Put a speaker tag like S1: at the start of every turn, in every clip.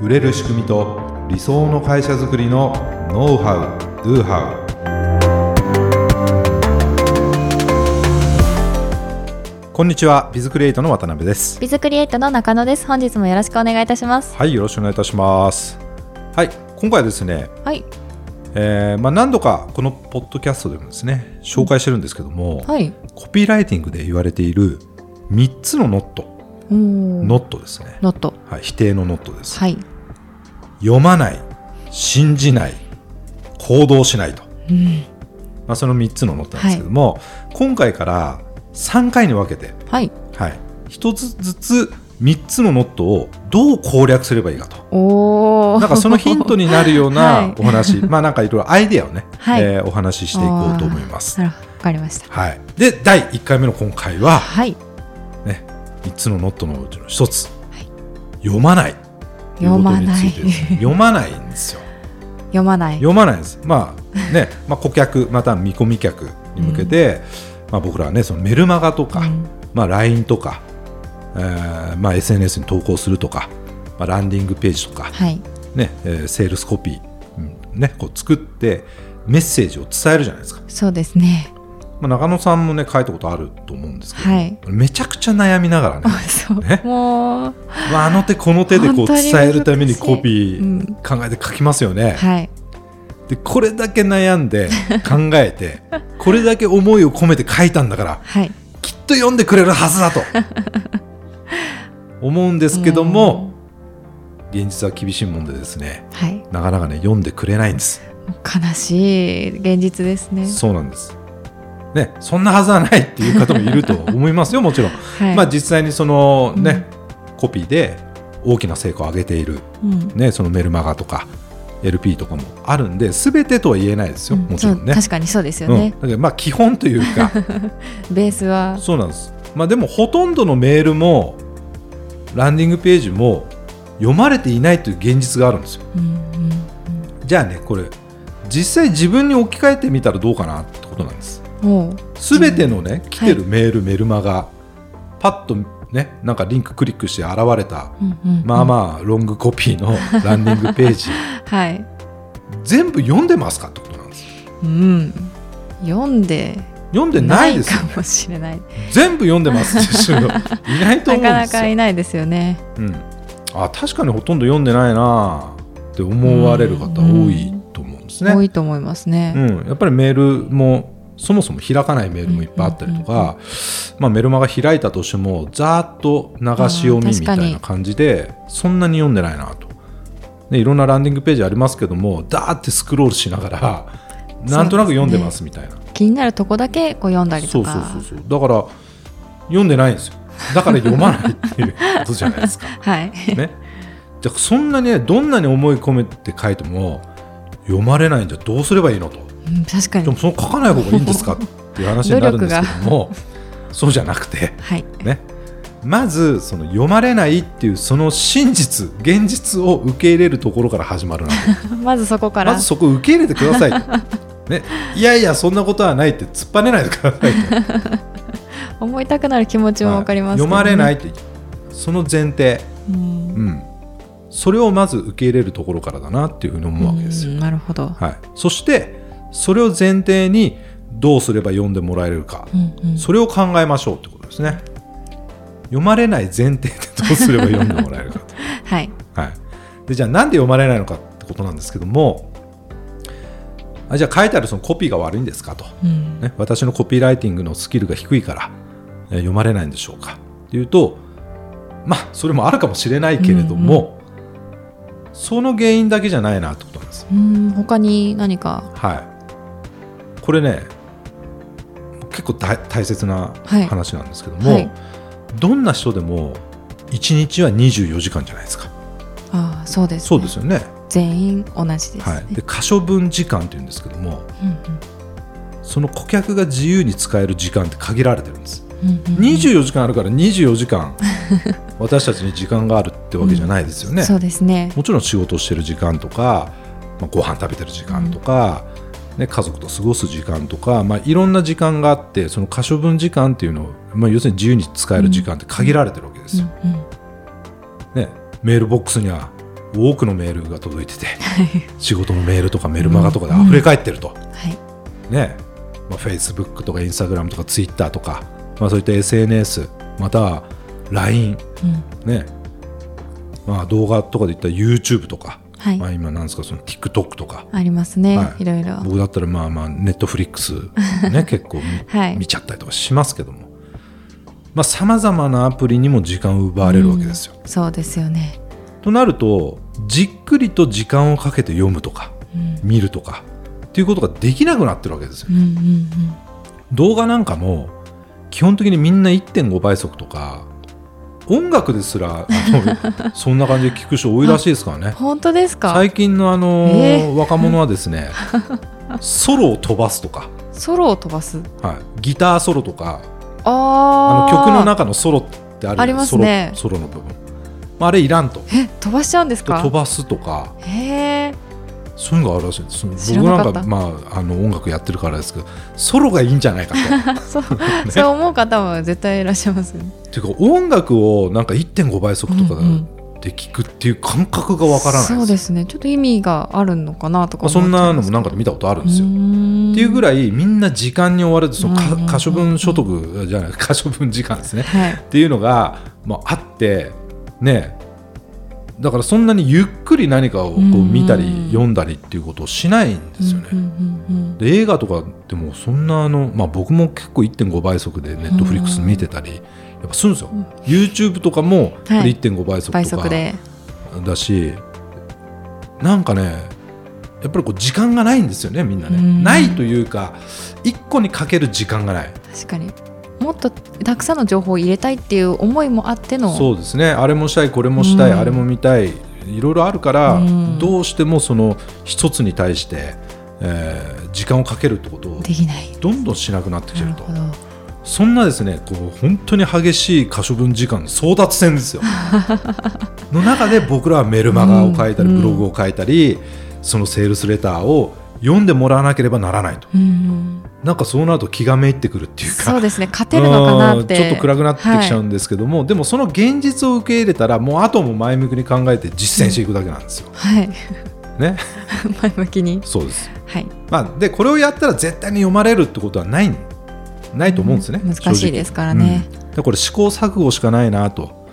S1: 売れる仕組みと理想の会社づくりのノウハウ・ドゥハウこんにちはビズクリエイトの渡辺です
S2: ビズクリエイトの中野です。本日もよろしくお願いいたします。
S1: はいよろしくお願いいたしますはい今回はですね、
S2: はい、
S1: えーまあ、何度かこのポッドキャストでもですね紹介してるんですけども、
S2: はい、
S1: コピーライティングで言われている3つのノット
S2: おー
S1: ノットですね、
S2: ノット、
S1: はい、否定のノットです、
S2: はい、
S1: 読まない信じない行動しないと、
S2: うん、
S1: まあ、その3つのノットなんですけども、今回から3回に分けて、
S2: はい、
S1: はい、1つずつ3つのノットをどう攻略すればいいかと
S2: お お、
S1: なんかそのヒントになるよう
S2: は
S1: ないお話、まあなんかいろいろアイデアをね、
S2: はい
S1: えーお話ししていこうと思います。
S2: あら、わかりました。
S1: はい、で第1回目の今回は
S2: はい、
S1: ね、3つのノットのうちの1つ、
S2: はい
S1: 読まないという
S2: 読
S1: こと
S2: ま
S1: に
S2: な
S1: つ
S2: い
S1: いてですね、読まないんですよ。
S2: 読まない、
S1: 読まないです。まあ ね、まあ顧客または見込み客に向けて、まあ僕らはねそのメルマガとか、
S2: うん
S1: まあ LINE とか、えーまあ SNS に投稿するとか、まあランディングページとか
S2: はい、
S1: ね、えーセールスコピー、うんねこう作ってメッセージを伝えるじゃないですか。
S2: そうですね。
S1: まあ中野さんもね書いたことあると思うんですけど、
S2: はい
S1: めちゃくちゃ悩みながらね
S2: あ、、そう、
S1: ね
S2: もう、
S1: まあ、あの手この手でこう
S2: 本当に
S1: 伝えるためにコピ
S2: 難し
S1: ー考えて書きますよね。
S2: はい、
S1: でこれだけ悩ん で考えてこれだけ思いを込めて書いたんだから
S2: はい、
S1: きっと読んでくれるはずだ と思うんですけども現実は厳しいもんでですね
S2: うん、はい、
S1: なかなかね読んでくれないんです
S2: 悲しい現実ですね。
S1: そうなんですねそんなはずはないっていう方もいると思い ますよもちろん、
S2: はい、
S1: まあ実際にそのね、コピーで大きな成果を上げている
S2: うん、
S1: ねそのメルマガとか LP とかもあるんで全てとは言えないですよ、
S2: うん
S1: もちろん
S2: そう
S1: ね
S2: 確かにそうですよ
S1: うん、
S2: ね
S1: だ。けどまあ基本という か
S2: ベースは、
S1: そうなんです、まあ、でもほとんどのメールもランディングページも読まれていないという現実があるんですよ
S2: うん、うん、
S1: じゃあねこれ実際自分に置き換えてみたらどうかなってことなんです
S2: うんもう、
S1: 全てのね、来てるメール、メルマガパッとねなんかリンククリックして現れた、
S2: うん、うん、
S1: まあまあロングコピ ーのランディングページ
S2: あ、はい。
S1: 全部読んでますかってことなんですよ
S2: うん、読んで
S1: 読んでないですよ
S2: かもしれない。
S1: 全部読んでますって人いないと思う
S2: なん
S1: ですよ
S2: かなかいないですよね。
S1: うん、あ確かにほとんど読んでないなって思われる方多いと思うんですね。
S2: 多いと思いますね。
S1: うん、やっぱりメールもそもそも開かないメールもいっぱいあったりと
S2: うんうん
S1: か、まあ、メルマが開いたとしてもざーっと流し読みみたい
S2: あー確か
S1: な
S2: に
S1: 感じでそんなに読んでないなと、ね、いろんなランディングページありますけどもだーってスクロールしなが らなんとなく読んでますみたいな
S2: 気になるとこだけこう読んだり
S1: そ
S2: と
S1: うそう
S2: か
S1: そう。そうだから読んでないんですよだから読まないっていうことじゃないですか。
S2: はい。
S1: ね、じゃあそんなにねどんなに思い込めて書いても読まれないんじゃどうすればいいのと
S2: うん確か
S1: でも
S2: に。
S1: その書かない方がいいんですかっていう話になるんですけどもそうじゃなくて、
S2: はい。
S1: ね、まずその読まれないっていうその真実現実を受け入れるところから始まるなと
S2: まずそこから。
S1: まずそこを受け入れてくだ さいと。ね、いやいやそんなことはないって突っぱねないでください と
S2: 思いたくなる気持ちもわかります、
S1: 読まれない
S2: い。
S1: ってその前提、
S2: うん
S1: うん、それをまず受け入れるところからだなっていうふうに思うわけですよ
S2: うんなるほど。
S1: はい、そしてそれを前提にどうすれば読んでもらえるか
S2: う、んうん
S1: それを考えましょうってことですね読まれない前提でどうすれば読んでもらえる かと、
S2: はい。
S1: はい、でじゃあなんで読まれないのかってことなんですけどもあじゃあ書いてあるそのコピーが悪いんですかと、
S2: うん
S1: ね、私のコピーライティングのスキルが低いからえー読まれないんでしょうかっていうとまあそれもあるかもしれないけれども、その原因だけじゃないなってことなんです
S2: うん他に何か。
S1: はい、これね結構大大切な
S2: はい
S1: 話なんですけども、
S2: はい
S1: どんな人でも1日は24時間じゃないですか
S2: ああそうです、ね。
S1: そうですよね
S2: 全員同じです、ね。
S1: はい、で可処分時間っていうんですけどもその顧客が自由に使える時間って限られてるんです、
S2: うんうんうんうん
S1: 24時間あるから24時 間私たちに時間があるってわけじゃないですよね、
S2: そうですね。
S1: もちろん仕事をしてる時間とか、まあ、ご飯食べてる時間とか、ね、家族と過ごす時間とか、まあ、いろんな時間があってその可処分時間っていうのを、まあ、要するに自由に使える時間って限られてるわけですよ。
S2: うんうん
S1: ね、メールボックスには多くのメールが届いてて仕事のメールとかメルマガとかで溢れ返ってると、
S2: はい。
S1: ねまあ、Facebook とか Instagram とか Twitter とか、まあ、そういった SNS または LINE、
S2: うん。
S1: ねまあ、動画とかで言ったら YouTube とか、
S2: はい
S1: まあ、今なんですかその TikTok とか
S2: ありますね。
S1: はい
S2: い、ろいろ。
S1: 僕だったらまあまあネットフリックス ね結構見,、
S2: はい
S1: 見ちゃったりとかしますけどもまあさまざまなアプリにも時間を奪われるわけですよ。
S2: そうですよね。
S1: となるとじっくりと時間をかけて読むとか
S2: うん。
S1: 見るとかっていうことができなくなってるわけですよ
S2: うんうんうん。
S1: 動画なんかも基本的にみんな1.5倍速とか音楽ですらあ のそんな感じで聞く人多いらしいですからね
S2: 本当ですか。
S1: 最近のあの、
S2: え
S1: 若者はですねソロを飛ばすとか、
S2: ソロを飛ばす。
S1: はい、ギターソロとか
S2: あ
S1: あ
S2: あ。
S1: の曲の。中のソロってある
S2: ありますね
S1: ソロソロの部分、まあ、あれいらんと
S2: え、飛ばしちゃうんですか。
S1: 飛ばすとか
S2: へえ。
S1: そういうのがあるらしいんですその
S2: 知ら
S1: 僕
S2: なか
S1: な
S2: った
S1: んか、まあ、あの音楽やってるからですけどソロがいいんじゃないか と。
S2: そう、そう思う方は絶対いらっしゃいますよね。
S1: っていうか音楽をなんか1.5倍速とか
S2: うん
S1: で聞くっていう感覚がわからない
S2: そうですね。ちょっと意味があるのかなとか
S1: まあ
S2: 思っちゃ
S1: そ
S2: い
S1: んな
S2: ますけど。
S1: のもなんかで見たことあるんですよ。
S2: っ
S1: っていうぐ
S2: らい。
S1: らいみんな時間に追われてそのか
S2: うんうんうんうん
S1: 可処分所得じゃない可処分時間ですね
S2: はい。
S1: っていうのが、まあ、あってねだからそんなにゆっくり何かをこう
S2: うんうん
S1: 見たり読んだりっていうことをしないんですよね。
S2: うんうんうんうん
S1: で映画とかでもそんなあの、まあ、僕も結構1.5倍速でネットフリックス見てたりやっぱするんですよ、
S2: うん
S1: YouTube とかも
S2: はい
S1: やっぱり1.5倍速
S2: 倍
S1: と
S2: 速
S1: か
S2: で。
S1: だし、なんかねやっぱりこう時間がないんですよねみんな
S2: う
S1: ね
S2: ん
S1: ないというか1個にかける時間がない
S2: 確かに。もっとたくさんの情報を入れたいっていう思いもあっての。
S1: そうですねあれもしたいこれもしたい、
S2: うん
S1: あれも見たいいろいろあるから、
S2: うん
S1: どうしてもその一つに対して、えー時間をかけるってことを
S2: できない。
S1: どんどんしなくなってきてる
S2: なる
S1: と
S2: ほ。ど。
S1: そんなですね、こう本当に激しい可処分時間の争奪戦です よ。の中で僕らはメルマガを書いたり、
S2: うん
S1: ブログを書いたり、そのセールスレターを読んでもらわなければならないと。
S2: うんうん。
S1: なんかそうなると気がめいってくるっていうか。
S2: そうですね。勝てるのかなって。
S1: うんちょっと暗くなってきちゃう
S2: はい
S1: んですけども、でもその現実を受け入れたらもうあとも前向きに考えて実践していくだけなんですよ。
S2: はい。
S1: ね、
S2: 前向きに。
S1: そうです。
S2: はい。
S1: まあ、でこれをやったら絶対に読まれるってことはないないと思うんですね、
S2: うん難しいですからね
S1: 正直うんだからこれ試行錯誤しかないなと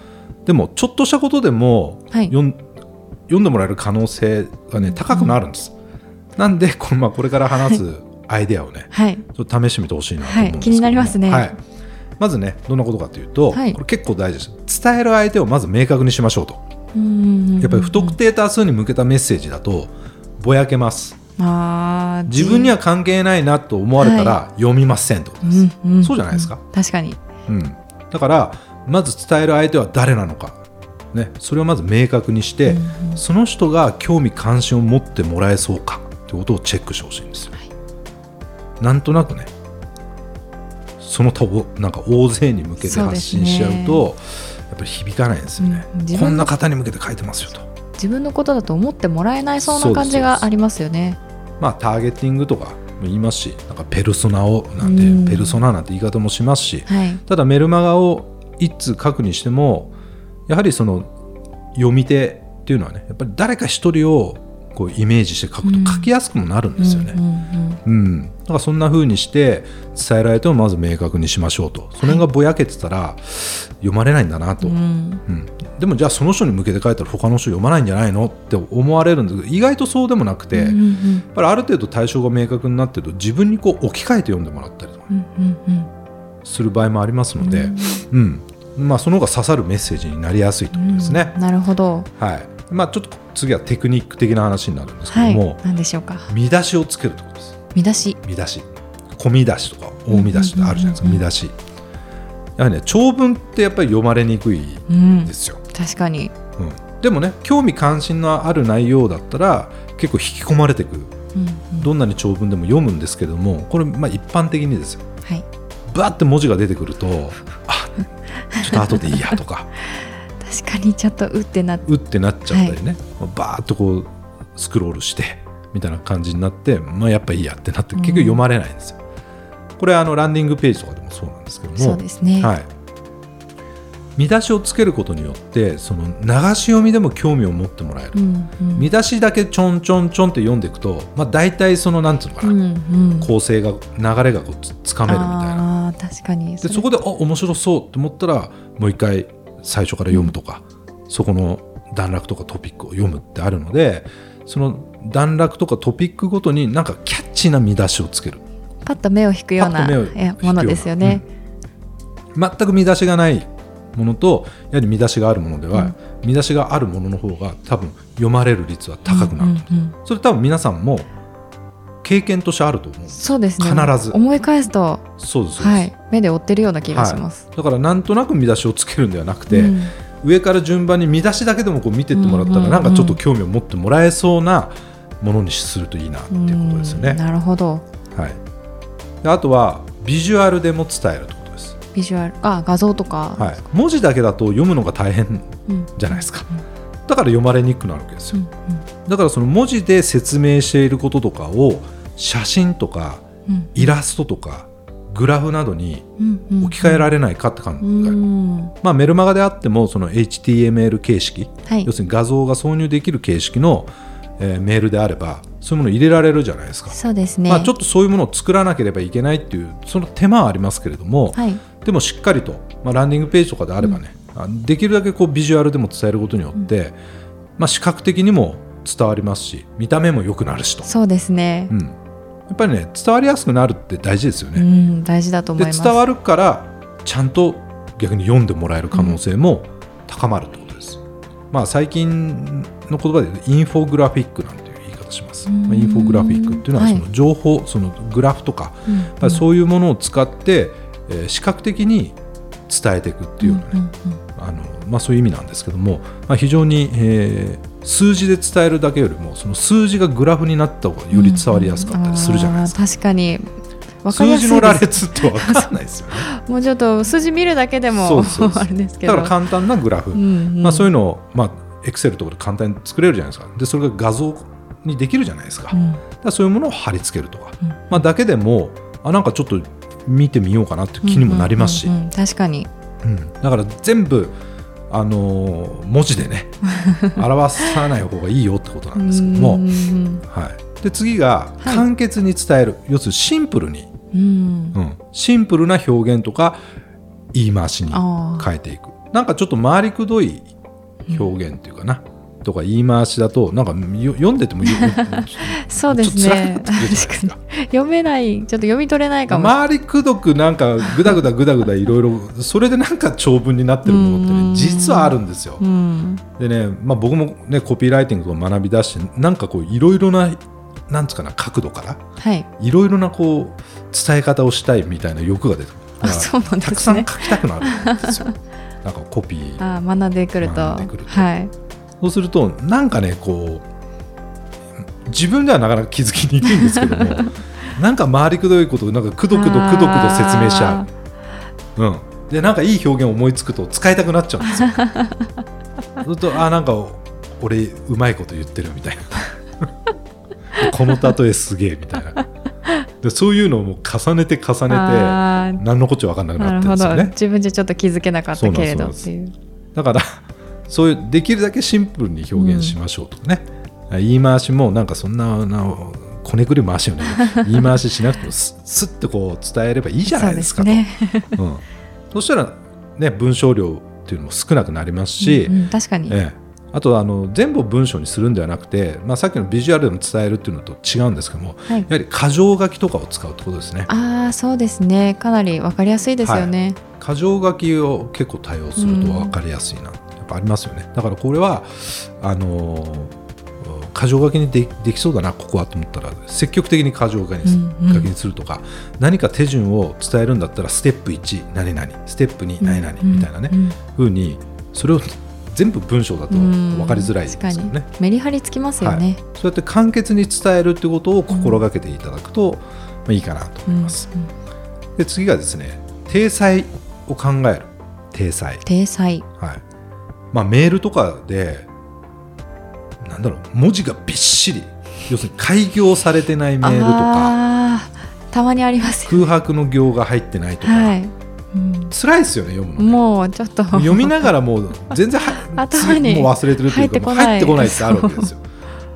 S1: でもちょっとしたことでも、
S2: はい
S1: 読ん読んでもらえる可能性がね高くなるんです、なんでこれ,、まあ、これから話すアイデアをね、
S2: はい。
S1: ちょっと試してみてほしいなと思うんですけども、
S2: はい気になりますね
S1: はいまずねどんなことかというと、
S2: はい
S1: これ結構大事です伝える相手をまず明確にしましょうと
S2: うん
S1: やっぱり不特定多数に向けたメッセージだとぼやけます
S2: あー
S1: 自分には関係ないなと思われたら読みませんってことです、
S2: うんうん
S1: そうじゃないですか
S2: うん確かに
S1: うんだからまず伝える相手は誰なのか、ね、それをまず明確にして、
S2: うん
S1: その人が興味関心を持ってもらえそうかってことをチェックしてほしいんですよ、
S2: は
S1: なんとなくねその他をなんか大勢に向けて
S2: そうで
S1: 発
S2: す
S1: 信
S2: ね
S1: しちゃうとやっぱり響かないんですよね、
S2: うん自分
S1: こんな方に向けて書いてますよと
S2: 自分のことだと思ってもらえないそうな感じがありますよね
S1: まあ、ターゲティングとかも言いますしなんかペルソナをなん
S2: うん
S1: てペルソナなんて言い方もしますし
S2: はい
S1: ただメルマガを一通書くにしてもやはりその読み手っていうのはねやっぱり誰か一人をこうイメージして書く
S2: うん
S1: と書きやすくもなるんですよ
S2: うんう
S1: ね。
S2: んうん
S1: うん、だからそんな風にして伝えられてもまず明確にしましょうとその辺がぼやけてたら読まれないんだなと、
S2: うん
S1: うん、でもじゃあその人に向けて書いたら他の人読まないんじゃないのって思われるんですけど意外とそうでもなくて、
S2: うんうん
S1: やっぱりある程度対象が明確になってると自分にこう置き換えて読んでもらったりとか
S2: うんうんうん
S1: する場合もありますので、
S2: うん
S1: うんまあ、その方が刺さるメッセージになりやすいということですね。
S2: うんなるほど
S1: はいまあ、ちょっと次はテクニック的な話になるんですけ
S2: は
S1: ど
S2: い
S1: も、
S2: 何でしょうか
S1: 見出しをつけるということです。
S2: 見出し
S1: 見出し小見出しとか大見出しってあるじゃないですか、
S2: うんうん
S1: 見出し。やはりね長文ってやっぱり読まれにくい
S2: うん
S1: ですよ。
S2: 確かに
S1: うん、でもね興味関心のある内容だったら結構引き込まれてくる
S2: うんうん
S1: どんなに長文でも読むんですけどもこれまあ一般的にですよ
S2: はい
S1: バーって文字が出てくるとあちょっと後でいいやとか
S2: 確かにちょっとうってな
S1: うってなっちゃったりね、バーっとこうスクロールしてみたいな感じになって、まあ、やっぱいいやってなって結局読まれないんですよ。これあのランディングページとかでもそうなんですけども
S2: そうですね
S1: はい、見出しをつけることによってその流し読みでも興味を持ってもらえる、
S2: うんうん
S1: 見出しだけちょんちょんちょんって読んでいくと、まあ、大体そのなんつうのか
S2: う
S1: な、
S2: んうん
S1: 構成が流れがこうつつかめるみたいな
S2: あー確かに
S1: でそ
S2: こ
S1: こであ面白そうって思ったらもう一回最初から読むとか、そこの段落とかトピックを読むってあるのでその段落とかトピックごとになんかキャッチーな見出しをつける
S2: パッと目を引くよう
S1: パッ
S2: な
S1: と目を引く
S2: えものですよね。
S1: 全く見出しがないものとやはり見出しがあるものでは、見出しがあるものの方が多分読まれる率は高くなる、
S2: うんうんうん
S1: それ多分皆さんも経験としてあると思う
S2: そうですね
S1: 必ず
S2: 思い返すと、
S1: そうですそうです、
S2: はい、目で追ってるような気がします。
S1: だからなんとなく見出しをつけるんではなくて、
S2: うん
S1: 上から順番に見出しだけでもこう見てってもらった
S2: うんう
S1: ら
S2: ん
S1: なんかちょっと興味を持ってもらえそうなものにするといいなっていうことですよ
S2: うん
S1: ね。
S2: なるほど
S1: はい、であとはビジュアルでも伝えるってことです、
S2: ビジュアルあ画像とか、
S1: はい、文字だけだと読むのが大変
S2: うん
S1: じゃないですかだから読まれにくくなるわけです
S2: うん
S1: よだからその文字で説明していることとかを写真とか
S2: うん
S1: イラストとかグラフなどに
S2: うんうん
S1: 置き換えられないかって考える、
S2: うん
S1: まあ、メルマガであってもその HTML 形式
S2: はい
S1: 要するに画像が挿入できる形式の、えーメールであればそういうものを入れられるじゃないですか、
S2: そうですね、
S1: まあ、ちょっとそういうものを作らなければいけないっていうその手間はありますけれども、
S2: はい
S1: でもしっかりと、まあ、ランディングページとかであればね、あできるだけこうビジュアルでも伝えることによって、まあ、視覚的にも伝わりますし見た目も良くなるしと、
S2: そうですね
S1: う、ん、やっぱりね伝わりやすくなるって大事ですよ
S2: う
S1: ね、
S2: ん、大事だと思い
S1: で
S2: ます
S1: 伝わるからちゃんと逆に読んでもらえる可能性も高まるってことです、まあ最近の言葉で言うとインフォグラフィックなんていう言い方します、
S2: うん
S1: まあ、インフォグラフィックっていうのは
S2: はい
S1: その情報、そのグラフとか
S2: うん
S1: やっぱりそういうものを使って、えー視覚的に伝えていくっていうようなね、
S2: んん
S1: あのまあ、そういう意味なんですけども、まあ、非常に、えー数字で伝えるだけよりもその数字がグラフになった方がより伝わりやすかったりするじゃないですか。
S2: うんあー確かにわか
S1: 数
S2: りや
S1: 字
S2: すい
S1: の羅
S2: です
S1: 列って分かんないですよね。
S2: もうちょっと数字見るだけでも
S1: そうそうそう
S2: あれですけ
S1: だ
S2: ど
S1: から簡単なグラフ、
S2: うんうん
S1: まあ、そういうのを、まあ、Excel とかで簡単に作れるじゃないですか。でそれが画像にできるじゃないですか。
S2: うん
S1: だからそういうものを貼り付けるとか、
S2: うん
S1: まあ、だけでもあなんかちょっと見てみようかなって気にもなりますし、
S2: うんうんうんうん確かに
S1: うんだから全部、あのー文字で ね表さない方がいいよってことなんですけども、
S2: うん
S1: はい、で次が
S2: はい
S1: 簡潔に伝える、要するにシンプルに、
S2: うんうん
S1: う、んシンプルな表現とか言い回しに
S2: ああ
S1: 変えていくなんかちょっと回りくどい表現っていうかな、とか言い回しだとなんかよ読んでて もよ
S2: そうです
S1: ちょっと辛くな
S2: ね
S1: ってくるじゃないですか
S2: 確かに読めないちょっと読み取れないかもし
S1: 回りくどくなんかぐだぐだぐだぐだいろいろそれでなんか長文になってるものって
S2: うんうんう
S1: ね
S2: ん
S1: 実はあるんですよ
S2: れ。ない、うん、
S1: でね、まあ、僕も、ね、コピーライティングを学び出してなんかこういろいろななんつうかな角度から
S2: はい
S1: いろいろなこう伝え方をしたいみたいな欲が出てくるだ
S2: あ
S1: から
S2: そうなん
S1: た
S2: で
S1: くさん書
S2: すね
S1: きたくなるん ですよなんかコピー
S2: あー学んでくると
S1: 学んでくると
S2: はい
S1: そうするとなんかねこう自分ではなかなか気づきにくいんですけど もなんか回りくどいことをなんかくどくどくどくど説明しちゃ
S2: う
S1: う、うん、でなんかいい表現思いつくと使いたくなっちゃうん ですよそうするとあなんか俺うまいこと言ってるみたい なこの例えすげえみたいなでそういうのをもう重ねて重ねて
S2: あー
S1: 何のこっちゃ分かんなく
S2: な
S1: なっ
S2: る
S1: てるん
S2: ほ
S1: です
S2: ど、
S1: よね
S2: 自分じゃちょっと気づけなかったけれどっ
S1: そ
S2: ていう
S1: だから そういうできるだけシンプルに表現しましょうとかね、言い回しもなんかそんななこねくり回しよ ね言い回ししなくてもすすっとこう伝えればいいじゃないですか
S2: そう
S1: と
S2: ね
S1: うん、そしたら、ね、文章量っていうのも少なくなりますし、
S2: うんうん確かに、
S1: ええ、あとはあの全部を文章にするんではなくて、まあ、さっきのビジュアルでも伝えるっていうのと違うんですけども
S2: はい
S1: やはり箇条書きとかを使うってことですね
S2: ああそうですねかなりわかりやすいですよね、
S1: 箇条書きを結構対応すると分かりやすいな、やっぱありますよねだからこれはあのー箇条書きにでできそうだなここはと思ったら積極的に箇条書きにする,、
S2: うんうん
S1: 書きにするとか何か手順を伝えるんだったらステップ1何々ステップ2何々
S2: うん
S1: みたいなね、
S2: うん
S1: ふうにそれを全部文章だと分かりづらいですよ
S2: うん確
S1: ね。
S2: かにメリハリつきますよね、
S1: そうやって簡潔に伝えるってことを心がけていただくと、まあいいかなと
S2: う
S1: 思い
S2: ん
S1: ます。で次がですね体裁を考える体裁
S2: 体裁
S1: はいまあ、メールとかでなんだろう文字がびっしり要するに開業されてないメールとか
S2: あーたまにありますよ
S1: 空白の行が入ってないとか、
S2: はい、うん
S1: 辛いですよね読むのね、
S2: もうちょっと
S1: 読みながらもう全然は
S2: 頭に
S1: もう忘れてるというか
S2: 入ってこない
S1: もう入ってこないってあるわけですよ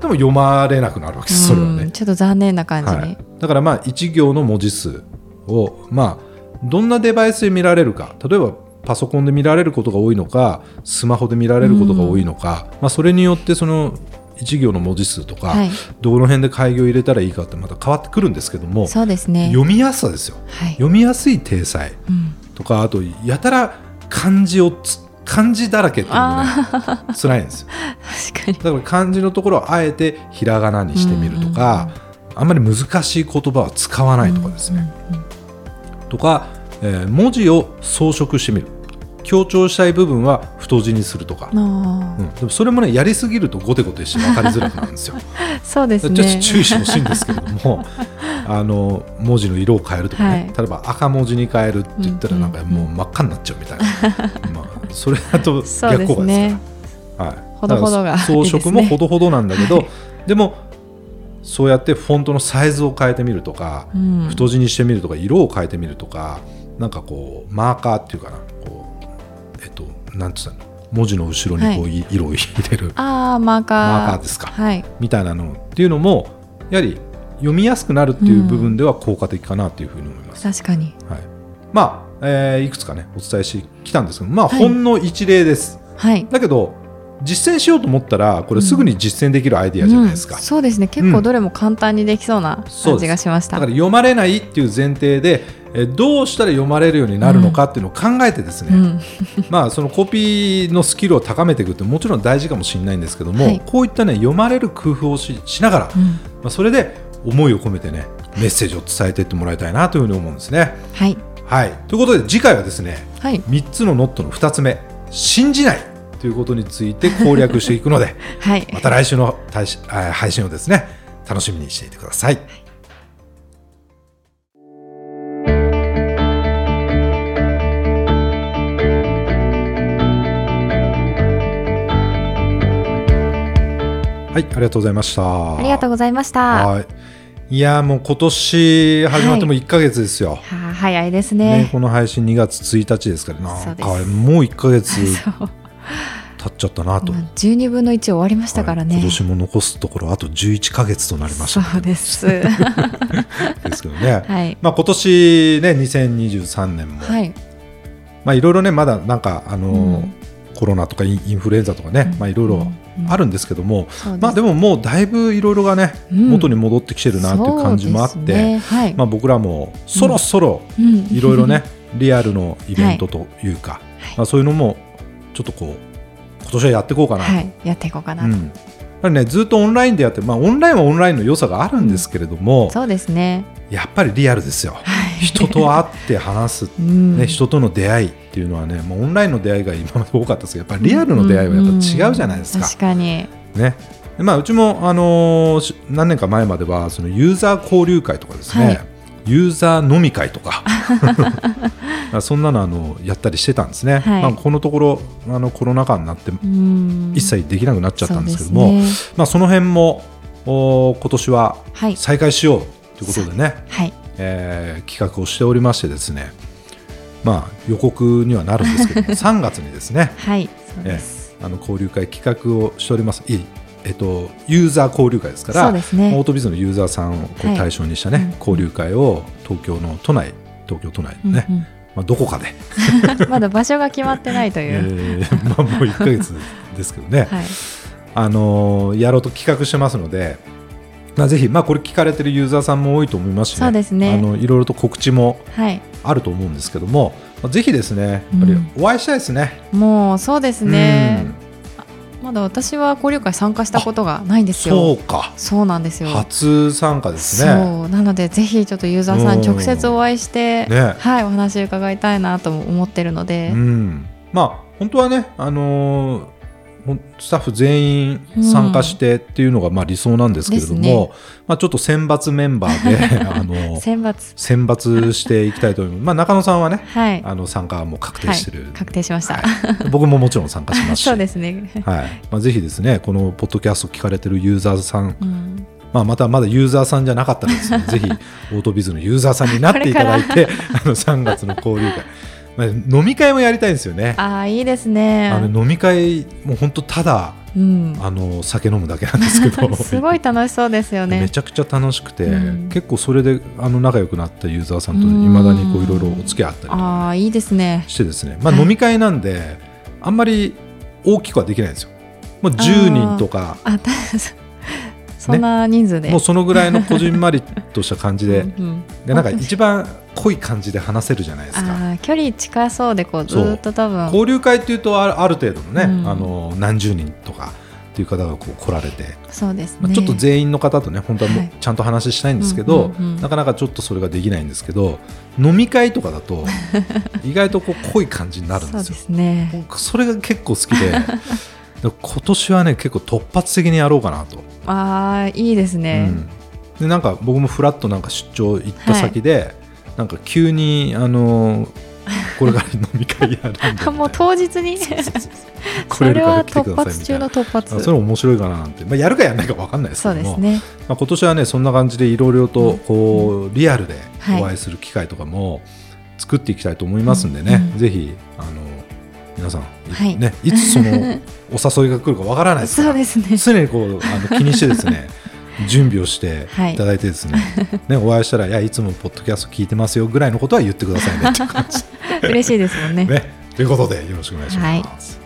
S1: でも読まれなくなるわけですそれはね、
S2: うんちょっと残念な感じに、
S1: はい、だからまあ1行の文字数をまあどんなデバイスで見られるか例えばパソコンで見られることが多いのかスマホで見られることが多いのか、まあ、それによってその1行の文字数とか、
S2: はい
S1: どの辺で開業入れたらいいかってまた変わってくるんですけども、
S2: そうですね
S1: 読みやすさですよ
S2: はい、
S1: 読みやすい体裁
S2: うん
S1: とかあとやたら漢字をつ漢字だらけっていうのもね辛いんですよ
S2: 確かに
S1: だから漢字のところをあえてひらがなにしてみるとか、あんまり難しい言葉は使わないとかですね、
S2: うんうん
S1: とか、えー文字を装飾してみる強調したい部分は太字にするとか、
S2: ま
S1: うんでもそれもねやりすぎるとゴテゴテして分かりづらくなるんですよ
S2: あそう ですね
S1: ちょっと注意してほしいんですけれど もあの文字の色を変えるとかね、
S2: はい
S1: 例えば赤文字に変えるって言ったら
S2: うん
S1: な
S2: う
S1: ん
S2: うんん
S1: かもう真っ赤になっちゃうみたいな、まあ、それだと
S2: そう
S1: 逆効果で
S2: です
S1: すから
S2: ね
S1: はい、
S2: ほどほどが
S1: だから装飾も
S2: いいですね
S1: ほどほどなんだけどでもそうやってフォントのサイズを変えてみるとか、
S2: うん
S1: 太字にしてみるとか色を変えてみるとかなんかこうマーカーっていうかなこうえっとなんて言ったの文字の後ろにこう、
S2: はい
S1: 色を入れる
S2: ああマーカー
S1: マーカーですか
S2: はい
S1: みたいなのっていうのもやはり読みやすくなるっていう部分では効果的かなというふうに思います。
S2: 確かに
S1: はい、まあ、えーいくつかねお伝えしてきたんですけどまあ
S2: はい
S1: ほんの一例です。
S2: はい
S1: だけど実践しようと思ったらこれすぐに実践できるアイディアじゃないですか、
S2: うんそうですね結構どれも簡単にできそうな感じがしまし
S1: だ
S2: た、
S1: から読まれないっていう前提でえどうしたら読まれるようになるのかっていうのを考えてですね、
S2: うん
S1: まあそのコピーのスキルを高めていくってもちろん大事かもしれないんですけども、
S2: はい
S1: こういったね読まれる工夫をししながら、ま
S2: うん
S1: あ、それで思いを込めてねメッセージを伝えていってもらいたいなというふうに思うんですね。
S2: はい
S1: はい、ということで次回はですね
S2: はい
S1: 3つのノットの2つ目「信じない」ということについて攻略していくので。
S2: はい
S1: また来週の配信あー配信をですね楽しみにしていてください。はい、ありがとうございました。
S2: ありがとう
S1: う
S2: ございまし
S1: ご
S2: た
S1: い。いやーもう今年始まっても
S2: は
S1: 1ヶ月ですよ。
S2: はあ早いです
S1: ね
S2: ね
S1: この配信2月1日ですから
S2: そ
S1: な
S2: うんで
S1: か
S2: す
S1: もう1ヶ月
S2: そう
S1: 経っちゃったなと
S2: まあ12分の1終わりましたからね、
S1: はい今年も残すところあと11ヶ月となりましたね、
S2: そう です。は
S1: ですけど ね、
S2: い。
S1: まあ、今年ね2023年も、
S2: はい。
S1: まあ、いろいろねまだなんか、あのー
S2: うん
S1: コロナとかインインフルエンザとかね、まあ、いろいろあ
S2: る。
S1: るんですけども、
S2: そう
S1: まあ、でももうだいぶいろいろがね、
S2: うん
S1: 元に戻ってきてるなっていう感じもあって、
S2: そうですねはい。
S1: まあ、僕らもそろそろ
S2: うん
S1: いろいろ。 ね、リアルのイベントというか、まあ、そういうのもちょっとこう今年はやっていこうかなと
S2: はい。やっていこうかな
S1: う
S2: と。
S1: ん、やっぱりねずっとオンラインでやって、まあ、オンラインはオンラインの良さがあるんですけれども、
S2: そうですね。
S1: やっぱりリアルですよ。
S2: はい。
S1: 人と会って話す、
S2: うん。
S1: ね、人との出会いっていうのはねもうオンラインの出会いが今まで多かったですけどやっぱりリアルの出会いはやっぱ違うじゃないです
S2: うん
S1: か。
S2: 確かに。
S1: ねでまあ、うちも、あのーし何年か前まではそのユーザー交流会とかですね、
S2: はい
S1: ユーザー飲み会と かそんなのあのやったりしてたんですね、
S2: はい
S1: まあ、このところあのコロナ禍になって
S2: うん。
S1: 一切できなくなっちゃったんですけども、
S2: そうですね
S1: まあ、その辺もお今年は
S2: はい。
S1: 再開しようということでね、
S2: はい。
S1: えー企画をしておりましてですね、まあ、予告にはなるんですけども 3月にですね
S2: はい。そうです。
S1: あの交流会企画をしておりますいいえっと、ユーザー交流会ですか
S2: そ
S1: ら
S2: うですね
S1: オートビズのユーザーさんをこ
S2: は
S1: う
S2: い
S1: 対象にした、ね
S2: うん
S1: 交流会を東京の都内東京都内
S2: う
S1: の
S2: ん
S1: ね、まあ、どこかで、
S2: うん まだ場所が決まってないとい
S1: え
S2: う。
S1: ーまあ、もう1ヶ月ですけどね、
S2: はい。
S1: あのーやろうと企画してますので、まあ、ぜひ、まあ、これ聞かれてるユーザーさんも多いと思いますし、ね
S2: そうですね
S1: あのいろいろと告知も
S2: はい。
S1: あると思うんですけども、まあ、ぜひですねやっぱ
S2: う
S1: り
S2: ん
S1: お会いしたいですね。
S2: もうそうですね
S1: うん。
S2: まだ私は交流会参加したことがないんです
S1: そ
S2: よ
S1: う。か
S2: そうなんですよ。
S1: 初参加ですね。
S2: そうなのでぜひちょっとユーザーさん
S1: うん
S2: 直接お会いして、
S1: ね
S2: はいお話伺いたいなとも思ってるので、
S1: うん、まあ本当はね、あのーほんスタッフ全員参加してっていうのがまあ理想なんですけれども、
S2: ですね
S1: まあ、ちょっと選抜メンバ ーで、あのー
S2: 選抜
S1: 選抜していきたいと思います。まあ、中野さんはね
S2: はい
S1: あの参加はもう確定
S2: はい
S1: してる、
S2: 確定しました、
S1: はい僕ももちろん参加しますし
S2: そうですね、
S1: はいまあ、ぜひですねこのポッドキャスト聞かれてるユーザーさん、
S2: うん、
S1: まあ、またまだユーザーさんじゃなかった らですねぜひオートビズのユーザーさんになっていただいてあの3月の交流会、まあ、まあ飲み会もやりたいんですよね。
S2: ああいいです
S1: あ
S2: ね。
S1: の飲み会もう本当ただ
S2: うん。
S1: あの酒飲むだけなんですけど
S2: すごい楽しそうですよ
S1: め
S2: ね。
S1: ちゃくちゃ楽しくて、
S2: うん
S1: 結構それであの仲良くなったユーザーさんと
S2: う
S1: い
S2: ん
S1: まだにこういろいろお付き合いあったりと
S2: あ
S1: か
S2: あいいですね。
S1: してですね、まあ、
S2: はい
S1: 飲み会なんであんまり大きくはできないんですよ、まあ、10人とか
S2: あ たそんな人数で。
S1: もうそのぐらいのこじんまりとした感じで
S2: うんうん
S1: でなんか一番濃い感じで話せるじゃないですか。
S2: ああ距離近そうでこうず
S1: そう
S2: ーっと多分。
S1: 交流会っていうとあるある程度のね、
S2: うん
S1: あの何十人とかっていう方がこう来られて、
S2: そうです
S1: まあ
S2: ね。
S1: ちょっと全員の方とね本当はも
S2: は
S1: う
S2: い
S1: ちゃんと話したいんですけど、
S2: うんうんうん
S1: なかなかちょっとそれができないんですけど飲み会とかだ と意外とこう濃い感じになるんです
S2: そう
S1: よ
S2: ですね。
S1: 僕それが結構好き でで今年はね結構突発的にやろうかなと、
S2: ああいいです
S1: う。
S2: ね
S1: んでなんか僕もフラッとなんか出張行った先で、なんか急にあ のーこれから飲み会やるんでみたいな
S2: もう当日に。
S1: そうそ うそうそう
S2: それは突
S1: い
S2: 発中の突
S1: あ
S2: 発。
S1: それ面白いかななんて、まあ、やるかやらないか分かんないですけ
S2: そう
S1: ども
S2: ですね。
S1: まあ、今年はねそんな感じでいろいろとこうリアルで
S2: はい
S1: お会いする機会とかも作っていきたいと思いますんでね、
S2: うんうん
S1: ぜひあの皆さん、い
S2: はい
S1: ね、いつそ のお誘いが来るか分からないですか
S2: そう
S1: ら
S2: ですね。
S1: 常にこうあの気にしてです ね準備をしていただいてですね,、ねお会いしたらいやいつもポッドキャスト聞いてますよぐらいのことは言ってくださいねっていう感じ
S2: 嬉しいですもんね。
S1: ね。ということでよろしくお願いします。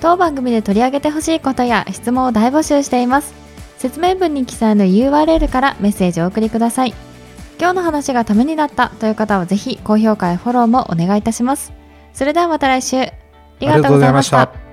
S2: 当番組で取り上げてほしいことや質問を大募集しています説明文に記載の URL からメッセージをお送りください今日の話がためになったという方はぜひ高評価やフォローもお願いいたしますそれではまた来週ありがとうございました
S1: た